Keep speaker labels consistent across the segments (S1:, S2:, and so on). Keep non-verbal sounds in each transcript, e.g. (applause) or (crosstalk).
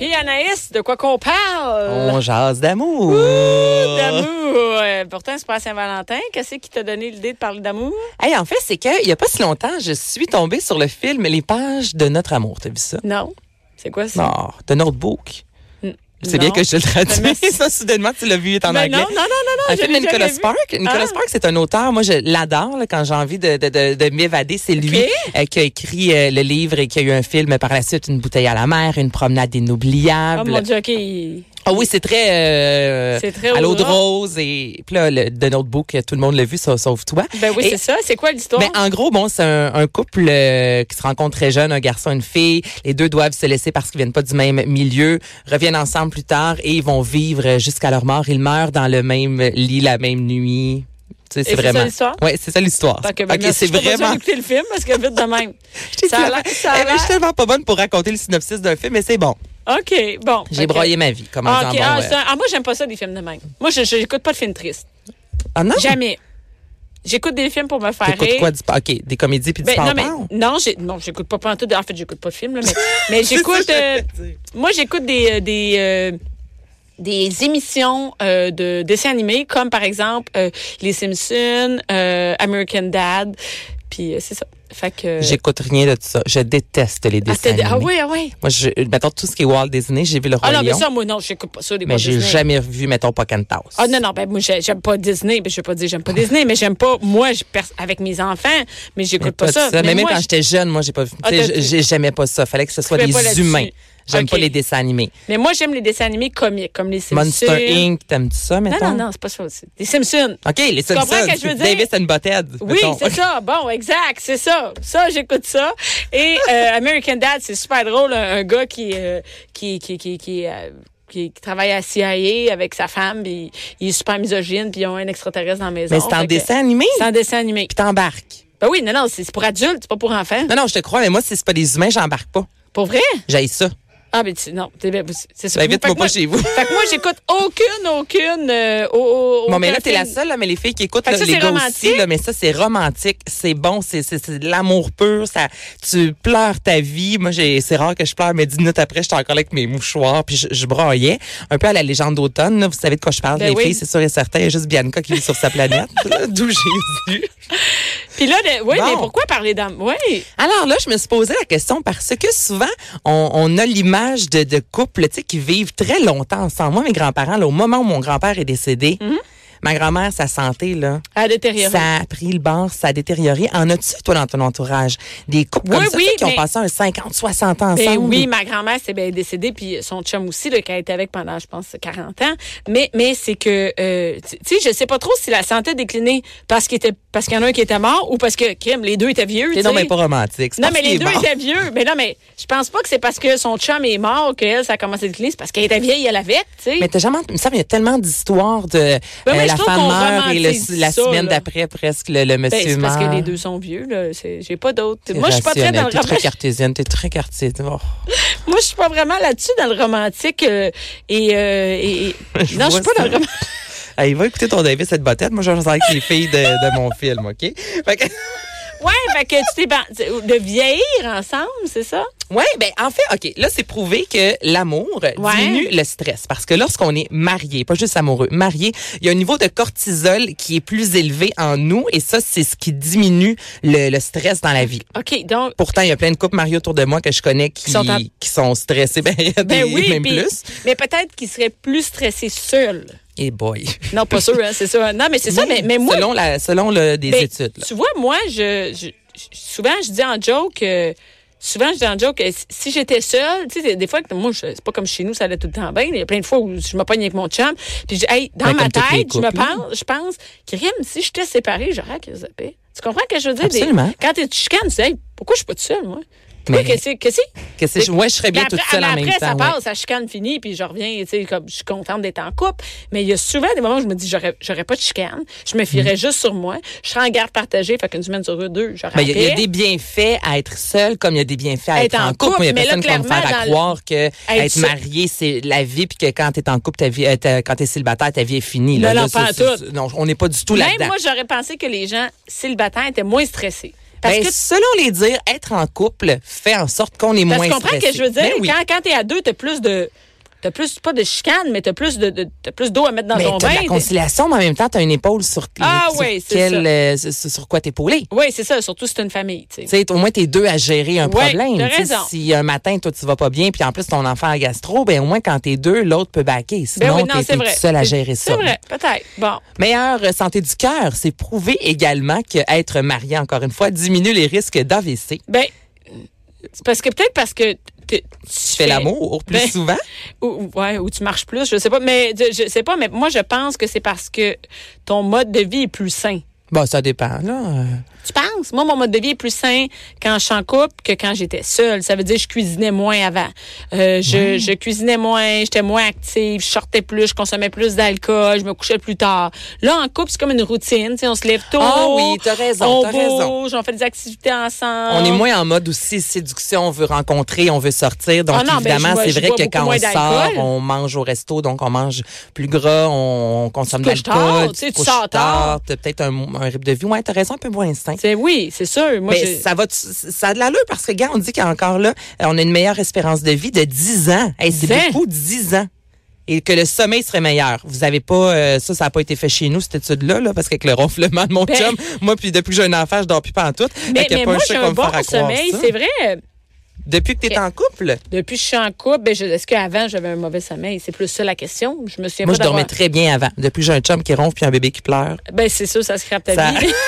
S1: Et Anaïs, de quoi qu'on parle?
S2: On jase d'amour.
S1: Ouh, d'amour. Euh, Pourtant, c'est pas à Saint-Valentin. Qu'est-ce qui t'a donné l'idée de parler d'amour?
S2: Hey, en fait, c'est qu'il y a pas si longtemps, je suis tombée sur le film Les pages de notre amour. T'as vu ça?
S1: Non. C'est quoi ça?
S2: Non, de Notebook.
S1: N-
S2: C'est
S1: non.
S2: bien que je te le traduis.
S1: merci.
S2: (laughs) Ça, soudainement, tu l'as vu, il est en
S1: Ben
S2: anglais.
S1: non, non, non, non, non.
S2: Un
S1: je
S2: film
S1: l'ai
S2: de Nicolas
S1: jamais vu.
S2: Sparks. Nicolas
S1: Ah.
S2: Sparks, c'est un auteur. Moi, je l'adore là, quand j'ai envie de, de, de, de m'évader. C'est lui euh, qui a écrit euh, le livre et qui a eu un film par la suite, Une bouteille à la mer, Une promenade inoubliable.
S1: Oh mon Dieu, OK. il-
S2: Ah oui, c'est très, euh,
S1: C'est très
S2: à l'eau
S1: rose.
S2: de rose et puis là, le, de Notebook, tout le monde l'a vu, sa- sauf toi.
S1: Ben oui,
S2: Et-
S1: c'est ça. C'est quoi l'histoire?
S2: Mais en gros, bon, c'est un, un couple euh, qui se rencontre très jeune, un garçon et une fille. Les deux doivent se laisser parce qu'ils viennent pas du même milieu, reviennent ensemble plus tard et ils vont vivre jusqu'à leur mort. Ils meurent dans le même lit la même nuit. Tu sais,
S1: c'est
S2: c'est
S1: ça
S2: vraiment.
S1: l'histoire?
S2: Ouais, c'est ça l'histoire.
S1: Fait que, ben,
S2: Ok,
S1: merci,
S2: c'est
S1: je suis pas sûre
S2: vraiment.
S1: d'écouter le film parce que vite de même. ça a l'air. Ça
S2: Eh
S1: a
S2: ben, je suis
S1: l'air.
S2: tellement pas bonne pour raconter le synopsis d'un film, mais c'est bon.
S1: OK, bon.
S2: J'ai
S1: OK.
S2: broyé ma vie, comme on
S1: Ah,
S2: dit en
S1: OK.
S2: bon,
S1: Ah,
S2: euh,
S1: c'est un- ah, moi, j'aime pas ça, des films de même. Moi, je je- j'écoute pas de films tristes.
S2: Ah non?
S1: Jamais. J'écoute des films pour me faire
S2: T'écoutes
S1: rire.
S2: quoi du OK, des comédies puis du
S1: Ben, non, mais,
S2: pampon?
S1: non, j'ai- non, j'écoute pas pantoute. En fait, j'écoute pas de
S2: (laughs)
S1: films, là, mais, mais j'écoute. euh, moi, j'écoute des, euh, des, euh, des émissions euh, de dessins animés, comme par exemple euh, Les Simpsons, euh, American Dad. Puis euh, c'est ça. Fait que.
S2: J'écoute rien de tout ça. Je déteste les
S1: euh, Ah,
S2: dessins
S1: t'as-
S2: animés.
S1: ah oui, ah oui.
S2: Moi, je, mettons, tout ce qui est Walt Disney, j'ai vu le Roi
S1: Ah non, mais
S2: Lion,
S1: ça, moi, non, j'écoute pas ça, les
S2: mais
S1: bandes
S2: j'ai
S1: dessinées.
S2: jamais revu, mettons, Pocahontas.
S1: Ah non, non, ben moi, j'ai- j'aime pas Disney. Ben, je vais pas dire j'aime pas Disney, mais j'aime pas, moi, je perce- avec mes enfants, mais
S2: Mais
S1: j'écoute pas, ça.
S2: Mais, même
S1: moi,
S2: quand
S1: je-
S2: j'étais jeune, moi, j'ai pas vu.
S1: Ah,
S2: tu sais,
S1: t'as-
S2: j'ai- j'aimais pas ça. Fallait que ce soit
S1: Tu fais
S2: des
S1: pas là-dessus.
S2: humains. J'aime pas
S1: Ok.
S2: les dessins animés.
S1: mais moi, j'aime les dessins animés comiques, comme les Simpsons.
S2: Monster Inc., t'aimes-tu
S1: Non,
S2: ça, mettons?
S1: non, non, c'est pas ça. c'est Des Simpsons.
S2: OK, les
S1: comprends
S2: Simpsons.
S1: ce que je veux dire?
S2: Davis and Butthead.
S1: Oui,
S2: mettons.
S1: c'est ça. Bon, exact, c'est ça. Ça, j'écoute ça. Et euh, American Dad, c'est super drôle. Un, un gars qui, euh, qui, qui, qui, qui, euh, qui- qui travaille à CIA avec sa femme, puis il est super misogyne, puis ils ont un extraterrestre dans la maison.
S2: Mais c'est en
S1: Fait que-
S2: dessin animé.
S1: C'est en dessin animé.
S2: Puis t'embarques.
S1: Ben oui, non, non, c'est c'est pour adultes, c'est pas pour enfants.
S2: Non, non, je te crois, mais moi, si c'est pas des humains, j'embarque pas.
S1: Pour vrai?
S2: J'aille ça.
S1: Ah, ben tu, non, t'es- ben, c'est ça.
S2: Ben, vite,
S1: Fait que
S2: moi, pas
S1: moi-
S2: chez vous.
S1: Fait que moi, j'écoute aucune, aucune. euh, au- au-
S2: Bon, mais là,
S1: aucun
S2: t'es la
S1: film.
S2: seule, là, mais les filles qui écoutent,
S1: Fait que
S2: là,
S1: ça,
S2: les
S1: c'est
S2: gars aussi,
S1: romantique.
S2: là, mais ça, c'est romantique, c'est bon, c'est, c'est, c'est de l'amour pur, ça, tu pleures ta vie. Moi, j'ai, c'est rare que je pleure, mais dix minutes après, j'étais encore là avec mes mouchoirs, puis je, je broyais. Un peu à la légende d'automne, là, vous savez de quoi je parle,
S1: Ben
S2: les
S1: oui.
S2: filles, c'est sûr et certain, il y a juste Bianca qui vit sur sa planète, (laughs) d'où Jésus.
S1: Puis là, le- oui,
S2: Bon.
S1: mais pourquoi parler d'amour? Oui.
S2: Alors là, je me suis posé la question parce que souvent, on, on a l'image de, de couples tu sais, qui vivent très longtemps ensemble. Moi, mes grands-parents, là, au moment où mon grand-père est décédé,
S1: Mm-hmm.
S2: ma grand-mère, sa santé, là,
S1: À détériorer.
S2: Ça a pris le bord, ça a détérioré. En as-tu, toi, dans ton entourage, des couples
S1: Oui,
S2: comme ça,
S1: oui,
S2: tu sais, qui ont
S1: mais-
S2: passé un 50, 60 ans ensemble?
S1: Ben oui, ma grand-mère c'est bien décédée, puis son chum aussi, là, qui a été avec pendant, je pense, 40 ans. Mais, mais c'est que, euh, tu tu sais, je sais pas trop si la santé a décliné parce qu'il était, parce qu'il y en a un qui était mort ou parce que, crime, les deux étaient vieux.
S2: T'es
S1: tu
S2: non,
S1: sais.
S2: mais pas romantique. c'est
S1: Non,
S2: parce
S1: mais les
S2: qu'il est
S1: deux
S2: mort.
S1: étaient vieux. Mais non, mais je pense pas que c'est parce que son chum est mort qu'elle, ça a commencé à décliner. C'est parce qu'elle était vieille, elle avait, tu sais.
S2: Mais t'as jamais, il me semble, il y a tellement d'histoires de euh,
S1: moi, je
S2: la
S1: trouve
S2: femme
S1: qu'on
S2: meurt et le-
S1: romantise
S2: la
S1: ça,
S2: semaine
S1: là.
S2: d'après, presque, le, le
S1: Ben,
S2: monsieur
S1: c'est parce
S2: meurt.
S1: que les deux sont vieux, là. C'est- J'ai pas d'autres. Moi, je suis pas très dans le
S2: T'es très
S1: romantique.
S2: cartésienne, t'es très cartésienne. Oh.
S1: (laughs) Moi, je suis pas vraiment là-dessus dans le romantique. euh, et, euh, et- et-
S2: (laughs) Je
S1: non, je
S2: vois
S1: suis pas
S2: ça.
S1: dans le romantique.
S2: (laughs) Hey, va écouter ton David cette bottette. Moi, je vais avec les filles de, de mon film, OK? Fait que-
S1: Ouais, fait que tu t'es ban- de vieillir ensemble, c'est ça?
S2: Oui, ben en fait, OK, là, c'est prouvé que l'amour
S1: Ouais.
S2: diminue le stress. Parce que lorsqu'on est marié, pas juste amoureux, marié, il y a un niveau de cortisol qui est plus élevé en nous et ça, c'est ce qui diminue le, le stress dans la vie.
S1: OK, donc.
S2: Pourtant, il y a plein de couples mariés autour de moi que je connais qui,
S1: Qui sont en-
S2: qui sont stressés, ben, il y a
S1: Ben
S2: des-
S1: oui,
S2: même
S1: puis-
S2: plus.
S1: mais peut-être qu'il serait plus stressé seul.
S2: Et boy.
S1: Non, pas sûr, hein, c'est ça. Non, mais c'est ça, mais, mais moi,
S2: Selon, la, selon le, des
S1: Ben,
S2: études. là.
S1: Tu vois, moi, je, je- je- souvent, je dis en joke. euh, Souvent, je dis en joke, euh, si- si j'étais seule, tu sais, des fois, moi, je- c'est pas comme chez nous, ça allait tout le temps bien. Il y a plein de fois où je me pogne avec mon chum. Puis, je dis, hey, dans
S2: Ben,
S1: ma
S2: comme toutes les
S1: tête, je me
S2: couples, là.
S1: pense, je pense, crime, si j'étais séparée, j'aurais qu'à zapper. Tu comprends ce que je veux dire? Des-
S2: Absolument. Ben,
S1: quand t'es- tu chicanes, tu dis, hey, pourquoi je suis pas toute seule, moi? Pourquoi
S2: Mais-
S1: que c'est? Que c'est?
S2: Que c'est- ouais, je serais bien
S1: Mais
S2: toute
S1: après-
S2: seule
S1: mais
S2: en même
S1: après,
S2: temps.
S1: ça
S2: ouais.
S1: passe, la chicane finie, puis je reviens, tu sais, comme je suis contente d'être en couple. Mais il y a souvent des moments où je me dis, j'aurais, j'aurais pas de chicane, je me
S2: Mm-hmm.
S1: fierais juste sur moi, je serais en garde partagée, fait qu'une semaine sur deux, j'aurais
S2: Ben, Il y, a- il y a
S1: paix.
S2: des bienfaits à être seul, comme il y a des bienfaits à être, en couple. Moi, Il y a
S1: mais là,
S2: personne qui va me
S1: clairement,
S2: faire à
S1: dans le-
S2: croire que être,
S1: seul-
S2: marié, c'est la vie, puis que quand t'es en couple, ta vie, euh, t'as- quand t'es célibataire, ta vie est finie. Là,
S1: Non,
S2: Là,
S1: non,
S2: ça,
S1: pas en
S2: ça,
S1: tout.
S2: ça, non, on n'est pas du tout
S1: Même
S2: là-dedans.
S1: moi, j'aurais pensé que les gens célibataires étaient moins stressés. Parce
S2: Ben,
S1: que
S2: selon les dires, être en couple fait en sorte qu'on est
S1: Parce
S2: moins
S1: que tu comprends
S2: stressé.
S1: ce que je veux dire?
S2: Ben oui.
S1: Quand, quand t'es à deux, t'as plus de. T'as plus, pas de chicane, mais t'as plus de, de- t'as plus d'eau à mettre dans
S2: Mais
S1: ton
S2: Ben, t'as de
S1: bain.
S2: la conciliation, mais en même temps, t'as une épaule sur,
S1: Ah
S2: sur,
S1: oui, c'est
S2: quelle,
S1: ça.
S2: euh, sur- sur- sur quoi t'épauler.
S1: Oui, c'est ça, surtout si t'as une famille, tu sais.
S2: Tu sais, au moins, t'es deux à gérer un
S1: Ouais,
S2: problème.
S1: t'as
S2: Tu sais,
S1: raison.
S2: Si un matin, toi, tu vas pas bien, puis en plus, ton enfant a gastro, ben au moins, quand t'es deux, l'autre peut baquer.
S1: Ben
S2: Sinon,
S1: oui,
S2: t'es- t'es tout seul à
S1: C'est-
S2: gérer ça.
S1: C'est vrai, peut-être. Bon.
S2: Meilleure euh, santé du cœur, c'est prouvé également que être marié, encore une fois, diminue les risques d'AVC.
S1: Ben, c'est parce que peut-être parce que. Tu
S2: Tu fais l'amour plus
S1: Ben,
S2: souvent.
S1: Ou, ou- ouais, ou tu marches plus, je sais pas. Mais je, je sais pas, mais moi, je pense que c'est parce que ton mode de vie est plus sain.
S2: Bon, ça dépend, là. Euh,
S1: Tu penses? Moi, mon mode de vie est plus sain quand je suis en couple que quand j'étais seule. Ça veut dire que je cuisinais moins avant. Euh, je, je cuisinais moins, j'étais moins active, je sortais plus, je consommais plus d'alcool, je me couchais plus tard. Là, en couple, c'est comme une routine. tu sais, on se lève tôt.
S2: Ah oui, t'as raison,
S1: On
S2: t'as raison.
S1: bouge, on fait des activités ensemble.
S2: On est moins en mode aussi séduction, on veut rencontrer, on veut sortir. Donc,
S1: Ah non, ben,
S2: évidemment,
S1: je bois-
S2: c'est
S1: je
S2: vrai
S1: bois
S2: que
S1: beaucoup
S2: quand
S1: moins
S2: on sort,
S1: d'alcool.
S2: on mange au resto, donc on mange plus gras, on, on consomme de
S1: couches tard,
S2: l'alcool.
S1: tu sais,
S2: te
S1: tu
S2: couches
S1: sors tard.
S2: T'as peut-être un, un rythme de vie. Ouais, t'as raison, un peu moins sain.
S1: C'est- Oui, c'est sûr. Moi,
S2: Mais
S1: j'ai-
S2: ça va, tu- ça a de l'allure parce que, gars, on dit qu'encore là, euh, on a une meilleure espérance de vie de 10 ans. Hey, c'est
S1: 10 ans?
S2: beaucoup, 10 ans. Et que le sommeil serait meilleur. Vous avez pas, euh, ça, ça n'a pas été fait chez nous, cette étude-là, là, parce qu'avec le ronflement de mon
S1: Ben-
S2: chum, moi, puis depuis que j'ai un enfant, je dors plus pas en tout.
S1: mais, mais moi, j'ai un bon sommeil, c'est vrai.
S2: Depuis que tu es en couple,
S1: Depuis que je suis en couple, ben, je- est-ce qu'avant, j'avais un mauvais sommeil? C'est plus ça la question. Je me souviens
S2: moi,
S1: pas
S2: je dormais
S1: d'avoir-
S2: très bien avant. Depuis que j'ai un chum qui ronfle puis un bébé qui pleure,
S1: Ben, c'est sûr, ça scrape ta
S2: ça, ça
S1: vie. (laughs)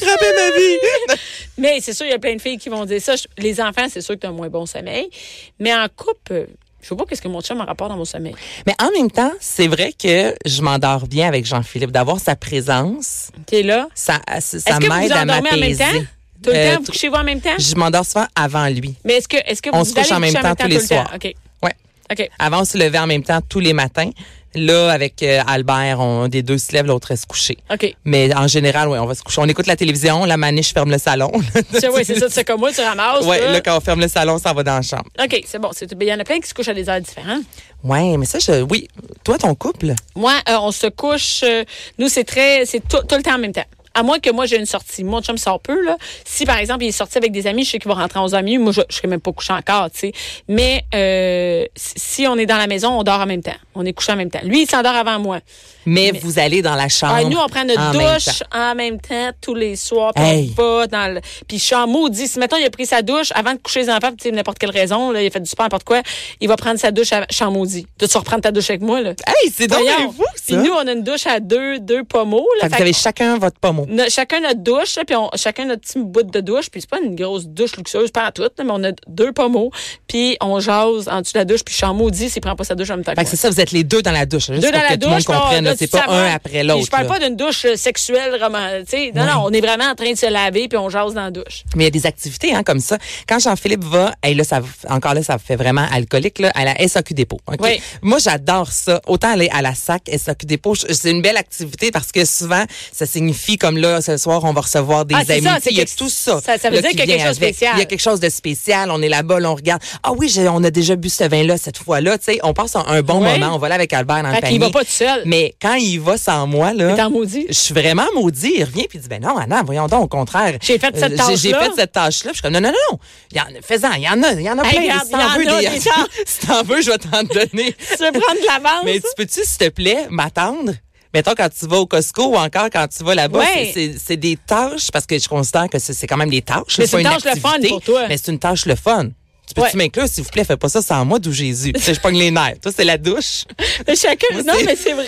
S2: scrapait ma vie.
S1: Mais c'est sûr, il y a plein de filles qui vont dire ça. Je- Les enfants, c'est sûr que tu un moins bon sommeil. Mais en couple, euh, je sais pas qu'est-ce que mon chum a rapport dans mon sommeil.
S2: Mais en même temps, c'est vrai que je m'endors bien avec Jean-Philippe. D'avoir sa présence,
S1: T'es là?
S2: ça, ça
S1: Est-ce que vous
S2: m'aide
S1: vous
S2: à
S1: endormez en même
S2: m'apaiser.
S1: temps? Tout le
S2: Euh,
S1: temps? Vous couchez-vous en même temps?
S2: Je m'endors souvent avant lui.
S1: Mais est-ce que, est-ce que vous
S2: On se
S1: vous allez
S2: couche en
S1: vous
S2: même
S1: coucher
S2: temps tous les
S1: tout le temps?
S2: soirs.
S1: OK.
S2: Ouais.
S1: OK.
S2: Avant, on se levait en même temps tous les matins. Là, avec euh, Albert, on, un des deux se lève, l'autre reste couché.
S1: OK.
S2: Mais en général, ouais, on va se coucher. On écoute la télévision, la maniche je ferme le salon. (laughs)
S1: Ça, ouais, c'est ça. C'est comme moi, tu ramasses.
S2: Ouais,
S1: là.
S2: là, quand on ferme le salon, ça va dans la chambre.
S1: OK, c'est bon. c'est tout. Ben, Il y en a plein qui se couchent à des heures différentes.
S2: Ouais, mais ça, je, oui. Toi, ton couple?
S1: Moi, euh, on se couche. euh, nous, c'est très. C'est tout, tout le temps en même temps. À moins que moi, j'ai une sortie. Mon chum sort peu, là. Si, par exemple, il est sorti avec des amis, je sais qu'il va rentrer à 11 amis. Moi, je ne serais même pas couché encore, tu sais. Mais euh, si- si on est dans la maison, on dort en même temps. On est couché en même temps. Lui, il s'endort avant moi.
S2: Mais, vous allez dans la chambre.
S1: Ah, nous, on prend notre
S2: en même temps.
S1: douche en même temps tous les soirs. Puis
S2: Hey.
S1: on va dans le... Puis je suis en maudit. Si, mettons, il a pris sa douche avant de coucher les enfants, pour n'importe quelle raison, là, il a fait du sport, n'importe quoi, il va prendre sa douche à... Je suis en maudit. Tu vas reprendre ta douche avec moi, là.
S2: Hey, c'est donc bien
S1: Voyons.
S2: fou,
S1: Puis
S2: ça.
S1: nous, on a une douche à deux, deux pommeaux. Là,
S2: Fait que
S1: Fait
S2: vous avez
S1: que
S2: chacun votre pommeau.
S1: no- chacun notre douche, là, puis on, chacun notre petit bout de douche. Puis c'est pas une grosse douche luxueuse, pas à toute, là, mais on a deux pommeaux. Puis on jase en dessous de la douche, puis je suis en maudit s'il prend pas sa douche en même temps que
S2: Fait que
S1: moi.
S2: c'est ça, vous êtes les deux dans la douche. Juste
S1: Deux
S2: pour
S1: dans
S2: que
S1: la
S2: tout le monde
S1: douche, puis on-
S2: comprenne. là,
S1: là,
S2: c'est
S1: tu
S2: pas
S1: t'avances.
S2: un après
S1: Puis
S2: l'autre.
S1: Je parle
S2: là.
S1: pas d'une douche euh, sexuelle, romantique. tu sais. Non, non, on est vraiment en train de se laver, puis on jase dans la douche.
S2: Mais il y a des activités hein, comme ça. Quand Jean-Philippe va, hey, là, ça, encore là, ça fait vraiment alcoolique, là, à la SAQ Dépôt. ok?
S1: Oui.
S2: Moi, j'adore ça. Autant aller à la SAC, SAQ Dépôt, je- c'est une belle activité parce que souvent, ça signifie comme là, ce soir, on va recevoir des
S1: Ah, c'est
S2: amis.
S1: ça,
S2: Tu sais, il y a
S1: c'est que
S2: tout ça.
S1: ça- ça veut
S2: là,
S1: dire
S2: qui
S1: qu'il y a
S2: vient
S1: quelque chose de
S2: avec.
S1: spécial.
S2: Il y a quelque chose de spécial. On est là-bas, là, on regarde. Ah oui, j'ai- on a déjà bu ce vin-là cette fois-là. Tu sais, on passe un, un bon
S1: Oui.
S2: moment. On va là avec Albert dans le
S1: Fait
S2: panier.
S1: qu'il va pas tout seul. Mais
S2: Mais quand il va sans moi, là.
S1: t'es en maudit.
S2: Je suis vraiment maudit. Il revient puis il dit ben non, Anna, voyons donc, au contraire.
S1: J'ai fait cette
S2: Euh,
S1: tâche-là.
S2: J'ai j'ai fait cette tâche-là. Puis Je suis comme non, non, non, non. Il y en a, fais-en. Il y en a, il y en a
S1: Hey,
S2: plein.
S1: regarde, il
S2: si
S1: y
S2: t'en
S1: en
S2: veux,
S1: a des gens.
S2: (laughs) si t'en veux, je vais
S1: (laughs)
S2: t'en donner.
S1: Tu veux prendre de l'avance?
S2: (laughs) Mais tu peux-tu, s'il te plaît, m'attendre? Mettons, quand tu vas au Costco ou encore quand tu vas là-bas,
S1: Ouais.
S2: c'est- c'est- c'est des tâches parce que je considère que c'est c'est quand même des tâches.
S1: Mais
S2: pas
S1: c'est une tâche le fun
S2: activité,
S1: pour toi.
S2: Mais c'est une tâche le fun. Tu peux-tu
S1: Ouais.
S2: m'inclure, s'il vous plaît? Fais pas ça sans moi, d'où Jésus. Tu sais, je pogne les nerfs. Toi, c'est la douche.
S1: Mais chacun.
S2: Moi,
S1: Non,
S2: c'est-
S1: mais c'est vrai.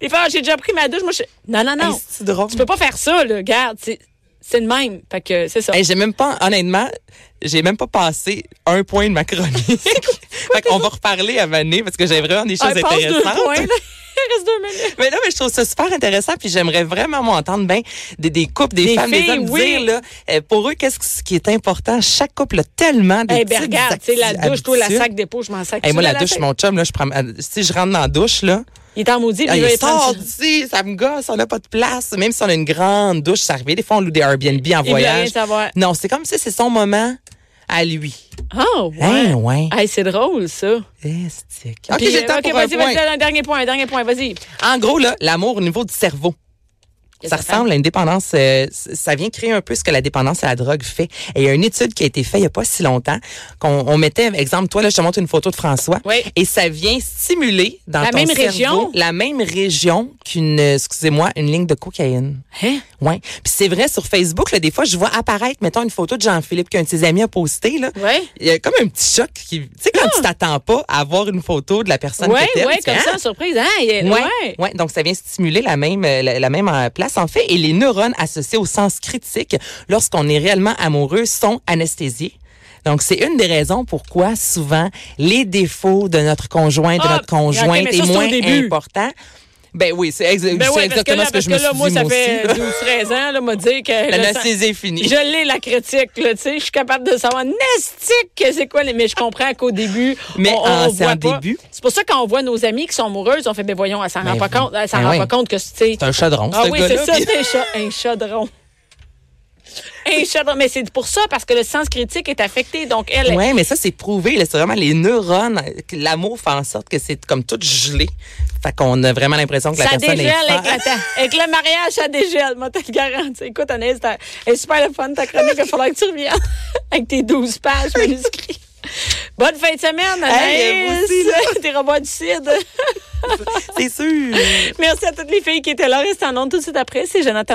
S1: Les fois, j'ai déjà pris ma douche. Moi, je... Non, non, non.
S2: Hey, (laughs) c'est drôle.
S1: Tu peux pas faire ça, là. Regarde, c'est c'est le même. Fait que c'est ça.
S2: Hey, j'ai même pas, honnêtement, j'ai même pas passé un point de
S1: (laughs)
S2: ma chronique. fait qu'on va reparler à Mané parce que j'ai vraiment des choses
S1: Ah, passe deux
S2: intéressantes.
S1: points. là. (laughs) Il reste deux minutes.
S2: (laughs) Mais là, mais je trouve ça super intéressant, puis j'aimerais vraiment m'entendre bien des, des couples, des,
S1: Des
S2: femmes, des
S1: filles,
S2: hommes
S1: oui.
S2: dire là, euh, pour eux, qu'est-ce qui- ce qui est important. Chaque couple a tellement de
S1: Eh
S2: petites
S1: ben, regarde, tu sais, la
S2: acti-
S1: douche, toi, la
S2: habitudes.
S1: sac dépôt, je m'en sac.
S2: Hey, moi, la,
S1: Tu
S2: douche,
S1: sac-
S2: mon chum, là, je prends, si je rentre dans la douche, là,
S1: Il est en maudit, puis
S2: ah,
S1: il
S2: il
S1: va
S2: est
S1: y prendre.
S2: sorti, ça me gosse, on n'a pas de place. Même si on a une grande douche, ça arrive. Des fois, on loue des Airbnb en
S1: Il veut rien
S2: voyage.
S1: savoir.
S2: Non, c'est comme ça, c'est son moment à lui.
S1: Oh, ouais.
S2: Hein, ouais.
S1: Hey, c'est drôle, ça.
S2: Estique. OK,
S1: Puis, euh,
S2: j'ai le temps
S1: OK,
S2: pour un
S1: vas-y, vas-y,
S2: point.
S1: un dernier point, un dernier point, vas-y.
S2: En gros, là, l'amour au niveau du cerveau.
S1: que
S2: Ça
S1: ça fait.
S2: ressemble à une dépendance. euh, c- ça vient créer un peu ce que la dépendance à la drogue fait. Et il y a une étude qui a été faite il n'y a pas si longtemps qu'on on mettait, exemple, toi, là, je te montre une photo de François.
S1: Oui.
S2: Et ça vient stimuler dans
S1: La
S2: ton
S1: même
S2: cerveau
S1: région?
S2: la même région qu'une, euh, excusez-moi, une ligne de cocaïne.
S1: Hein?
S2: Ouais. Puis c'est vrai sur Facebook là, des fois je vois apparaître mettons une photo de Jean-Philippe qu'un de ses amis a posté là.
S1: Ouais. Ah!
S2: Il y a comme un petit choc qui tu sais quand tu t'attends pas à voir une photo de la personne
S1: Ouais,
S2: que t'aimes,
S1: ouais,
S2: tu fais,
S1: comme
S2: Ah!
S1: ça, en surprise. Ah, il est-
S2: Ouais,
S1: ouais.
S2: ouais, donc ça vient stimuler la même euh, la, la même euh, place en fait et les neurones associés au sens critique lorsqu'on est réellement amoureux sont anesthésiés. Donc c'est une des raisons pourquoi souvent les défauts de notre conjoint de
S1: Ah,
S2: notre conjointe
S1: ok, mais ça,
S2: est
S1: c'est au
S2: moins
S1: début.
S2: important. Ben oui, c'est ex-
S1: Ben
S2: c'est
S1: ouais, parce que
S2: exactement
S1: là,
S2: ce que
S1: parce
S2: je
S1: que
S2: me suis
S1: là, moi,
S2: dit
S1: ça
S2: moi
S1: fait
S2: aussi.
S1: 12-13 ans, là, m'a
S2: (laughs)
S1: dit que. le sang-
S2: L'anesthésie est finie.
S1: Je l'ai, la critique, là, tu sais. Je suis capable de savoir nestique que c'est quoi. les- Mais je comprends qu'au début,
S2: Mais
S1: on, on
S2: en- c'est
S1: voit
S2: en
S1: pas.
S2: début.
S1: C'est pour ça qu'on voit nos amis qui sont amoureuses, on fait, ben voyons, elle s'en
S2: Ben
S1: rend pas
S2: oui.
S1: compte. Elle s'en
S2: Ben
S1: rend
S2: oui.
S1: pas compte que, tu sais.
S2: C'est un chaudron,
S1: Ah
S2: ce
S1: oui, c'est
S2: gars-là.
S1: ça,
S2: puis-
S1: c'est un, cha- un chaudron. un chaudron. Mais c'est pour ça, parce que le sens critique est affecté. Donc, elle.
S2: Ouais, mais ça, c'est prouvé. là. C'est vraiment les neurones. euh, que L'amour fait en sorte que c'est comme tout gelé. Fait qu'on a vraiment l'impression que la
S1: ça
S2: personne
S1: dégèle
S2: est
S1: avec,
S2: folle.
S1: la- avec le mariage, ça dégèle, moi, te le garantis. Écoute, Anaïs, t'as- elle est super le fun, ta chronique, il va falloir que tu reviennes (laughs) avec tes 12 pages manuscrits. Bonne fin de semaine,
S2: Hey, vous
S1: Anaïs!
S2: aussi,
S1: (laughs) T'es robot du CID.
S2: (laughs) C'est sûr.
S1: Merci à toutes les filles qui étaient là. Restez en ondes tout de suite après. C'est Jonathan Trudeau.